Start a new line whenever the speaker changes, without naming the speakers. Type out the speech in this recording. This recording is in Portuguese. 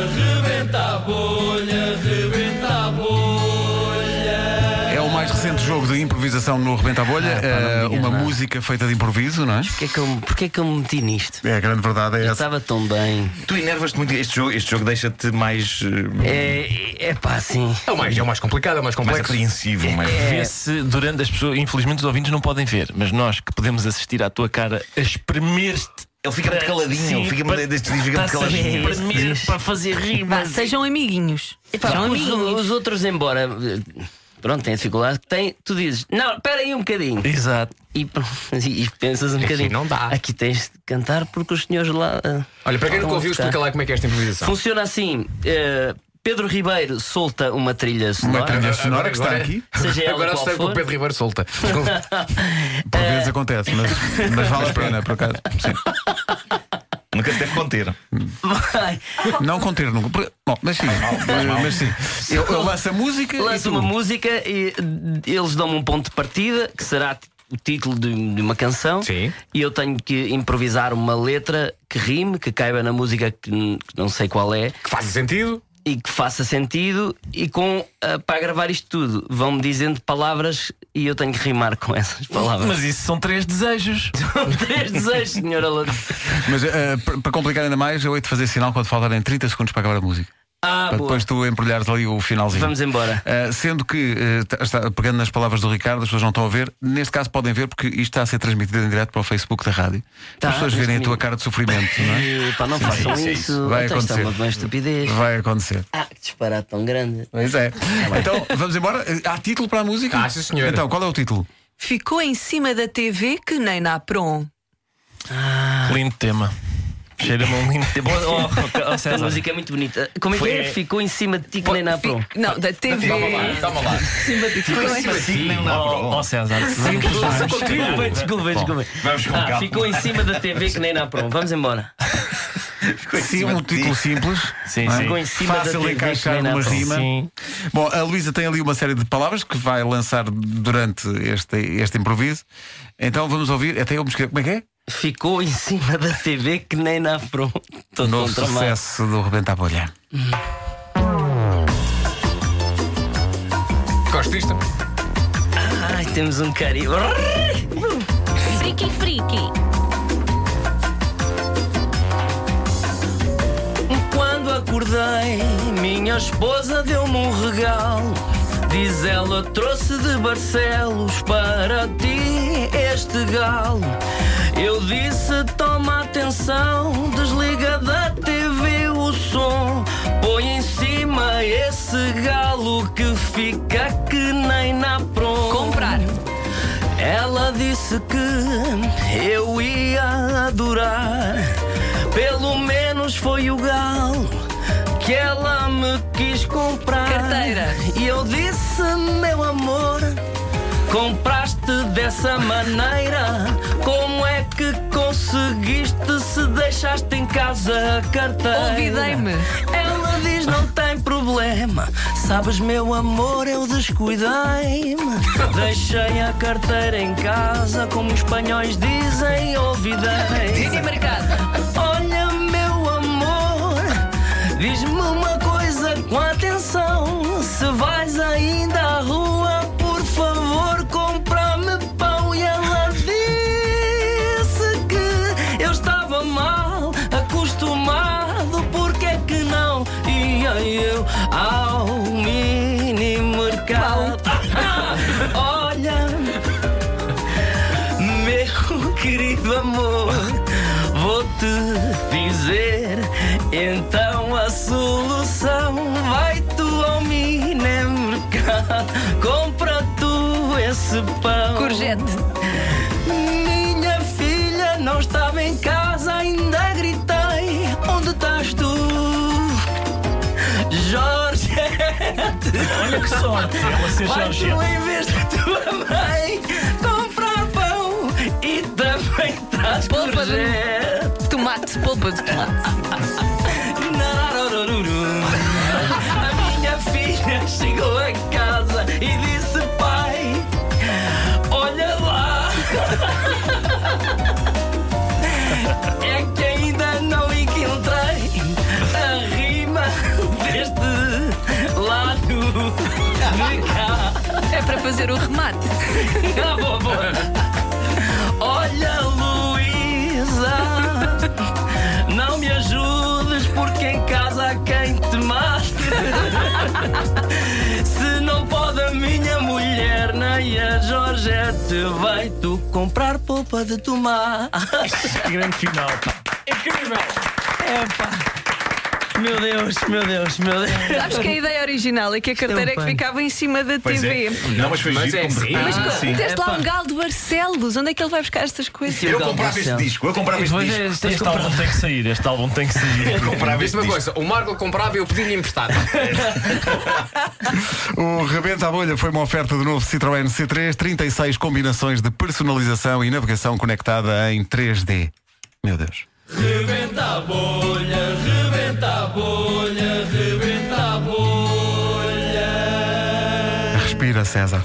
É de improvisação no Rebenta a Bolha,
Ah, pá, não me
eh,
digas
uma
nada.
música feita de improviso, não é?
Porquê que, eu, porquê que eu me meti nisto?
É, a grande verdade é
Eu
essa.
estava tão bem.
Tu enervas-te muito. Este jogo, este jogo deixa-te mais. eh,
É, é pá, sim.
É o mais, é o mais complicado, é o mais
mais
complexo.
apreensivo. mais-
É,
Vê-se durante as pessoas, infelizmente os ouvintes não podem ver, mas nós que podemos assistir à tua cara a espremer-te.
Ele fica muito caladinho, ele fica muito destes dias, fica muito
para se
caladinho.
espremer, para fazer
Vá,
rimas.
sejam amiguinhos.
Epá,
sejam
os,
amiguinhos.
os outros, embora. eh, Pronto, têm dificuldade. Tem, tu dizes, não, espera aí um bocadinho.
Exato.
E, pr- e pensas um
Aqui
bocadinho.
não dá.
Aqui tens de cantar porque os senhores lá. eh,
Olha, para quem
estão
nunca
a
ouviu,
tocar.
explica lá como é que é esta improvisação.
Funciona assim: eh, Pedro Ribeiro solta uma trilha sonora.
Uma trilha sonora
Agora-
que está aqui,
Seja ela
Agora
qual
se com o
for.
Pedro Ribeiro solta.
por vezes acontece, mas, mas vale a pena, por acaso. Sim.
Nunca se deve conter.
Vai,
Não conter nunca. por- Bom, mas sim, mas sim. Eu, eu lanço a música. e tu-
lança uma música e d- eles dão-me um ponto de partida que será t- o título de, de uma canção.
Sim.
E eu tenho que improvisar uma letra que rime, que caiba na música que n- que não sei qual é.
que faz sentido.
e que faça sentido e com ah, para gravar isto tudo vão-me dizendo palavras e eu tenho que rimar com essas palavras.
Mas isso são três desejos.
Três desejos, senhora Lourdes.
Mas eh, para- para complicar ainda mais, eu hei de fazer sinal quando faltarem 30 segundos para acabar a música.
Ah,
para
boa.
depois tu embrulhares ali o finalzinho.
Vamos embora.
Uh, sendo que, uh, tá- está- pegando nas palavras do Ricardo, as pessoas não estão a ver, neste caso podem ver, porque isto está a ser transmitido em direto para o Facebook da rádio.
Tá,
as pessoas
neste
verem a tua
momento.
cara de sofrimento, não é?
E, pá, não façam
sim,
isso.
Vai
Então, isto é
acontecer.
uma uma estupidez.
Vai acontecer.
Ah, que disparate tão grande.
Pois é.
Tá
Então, vamos embora. Há título para a música?
Ah, sim, senhora.
Então, qual é o título?
Ficou em cima da TV que nem na prom.
Ah. Lindo tema. Cheira-me um lindo tema. Oh, oh, oh,
A
César.
música é muito bonita. Como é que
Foi-
é? Ficou em cima de ti que nem na pro.
Não, da TV.
Toma lá, toma lá.
Ficou em-
é
Oh, oh, César.
Ah, Desculpem, desculpem, desculpem.
Vamos com
Ah,
calma.
ficou em cima da TV que nem na pro. Vamos embora.
Ficou em
Sim,
cima
um
de ti.
título simples.
Sim,
não é?
sim.
Ficou em cima da
Fácil
TV que
encaixar
nem
numa
nada.
rima.
Sim.
Bom, a Luísa tem ali uma série de palavras que vai lançar durante este, este improviso. Então vamos ouvir. Até eu me esqueci. Como é que é?
Ficou em cima da TV que nem na pro. Todo
Novo
contra mais.
sucesso do Rebenta a Bolha.
Gosto disto.
Ai, temos um carinho.
Friki Friki.
Quando acordei, minha esposa deu-me um regalo. Diz ela, trouxe de Barcelos para ti este galo. Eu disse, toma atenção, desliga da TV o som. Põe em cima esse galo que fica que nem na prom.
Comprar.
Ela disse que eu ia adorar. Pelo menos foi o galo que ela me quis comprar.
Carteira.
E eu disse, meu amor, compraste dessa maneira. Como é que conseguiste se deixaste em casa a carteira?
Olvidei-me.
Ela diz não tem problema. Sabes, meu amor, eu descuidei-me. Deixei a carteira em casa, como os espanhóis dizem, olvidei.
Supermercado.
Olha, meu amor, diz-me uma coisa com atenção. Se vais ainda à rua, por favor, compra-me pão. E ela disse que eu estava mal acostumado, porque é que não ia eu ao mini mercado? Olha, meu querido amor, vou-te dizer. Então a solução vai tu ao mini-mercado. Compra tu esse pão.
Corjete.
Minha filha não estava em casa, ainda gritei. Onde estás tu? Jorge,
Olha que sorte. Ela ser
vai tu
Georgia.
em vez da tua mãe comprar pão e também traz
Polpa de-
corjete.
Tomate. Polpa de tomate.
Narararuru. A minha filha chegou a casa e disse: Pai, olha lá. É que ainda não encontrei a rima deste lado de cá.
é para fazer o remate.
Ah, boa, boa. Olha, Luísa, não me ajudes, porque em casa há quem te mate. Se não pode a minha mulher, nem a Georgette, vai tu comprar polpa de tomate.
Grande final.
Meu Deus, meu Deus, meu Deus.
Sabes que a ideia original é que a carteira é que
bem.
ficava em cima da
Pois
TV.
é. Não, mas foi
Mas
giro
é
como-
assim.
Mas
Ah,
co-
sim.
tens lá
Epá.
um galo de Barcelos, onde é que ele vai buscar estas coisas?
Sim.
Eu
Então,
comprava este disco, eu comprava este
Pois é,
disco.
este, este álbum tem que sair, este álbum tem que sair.
Eu comprava
Viste
este
uma
disco.
coisa, o Marco comprava e eu pedi-lhe emprestado.
O Rebenta à Bolha foi uma oferta do novo Citroën C3, 36 combinações de personalização e navegação conectada em 3D. Meu Deus.
Rebenta a bolha, rebenta a bolha, rebenta a bolha.
Respira, César.